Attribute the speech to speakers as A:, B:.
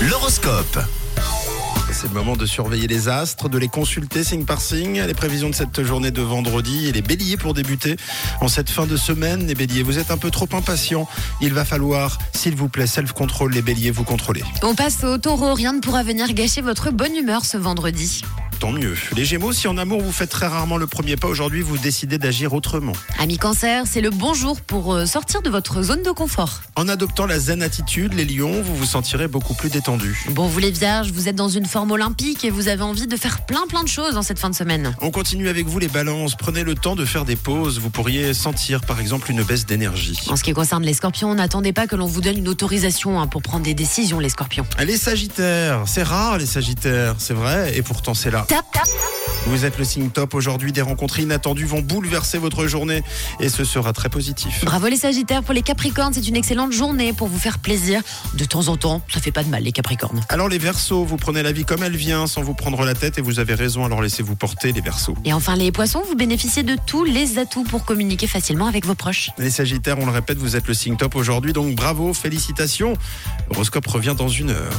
A: L'horoscope. C'est le moment de surveiller les astres, de les consulter signe par signe. Les prévisions de cette journée de vendredi et les béliers pour débuter. En cette fin de semaine, les béliers, vous êtes un peu trop impatients. Il va falloir, s'il vous plaît, self-control, les béliers, vous contrôler.
B: On passe au taureau, rien ne pourra venir gâcher votre bonne humeur ce vendredi.
A: Tant mieux. Les gémeaux, si en amour vous faites très rarement le premier pas, aujourd'hui vous décidez d'agir autrement.
B: Ami cancer, c'est le bon jour pour euh, sortir de votre zone de confort.
A: En adoptant la zen attitude, les lions, vous vous sentirez beaucoup plus détendu.
B: Bon, vous les vierges, vous êtes dans une forme olympique et vous avez envie de faire plein plein de choses en cette fin de semaine.
A: On continue avec vous les balances. Prenez le temps de faire des pauses. Vous pourriez sentir par exemple une baisse d'énergie.
B: En ce qui concerne les scorpions, n'attendez pas que l'on vous donne une autorisation hein, pour prendre des décisions, les scorpions.
A: Les sagittaires, c'est rare les sagittaires, c'est vrai, et pourtant c'est là.
B: Tap, tap.
A: Vous êtes le signe top aujourd'hui. Des rencontres inattendues vont bouleverser votre journée et ce sera très positif.
B: Bravo les sagittaires pour les capricornes, c'est une excellente journée pour vous faire plaisir. De temps en temps, ça fait pas de mal les capricornes.
A: Alors les Verseaux, vous prenez la vie comme elle vient sans vous prendre la tête et vous avez raison, alors laissez-vous porter les Verseaux.
B: Et enfin les poissons, vous bénéficiez de tous les atouts pour communiquer facilement avec vos proches.
A: Les Sagittaires, on le répète, vous êtes le signe top aujourd'hui, donc bravo, félicitations. Horoscope revient dans une heure.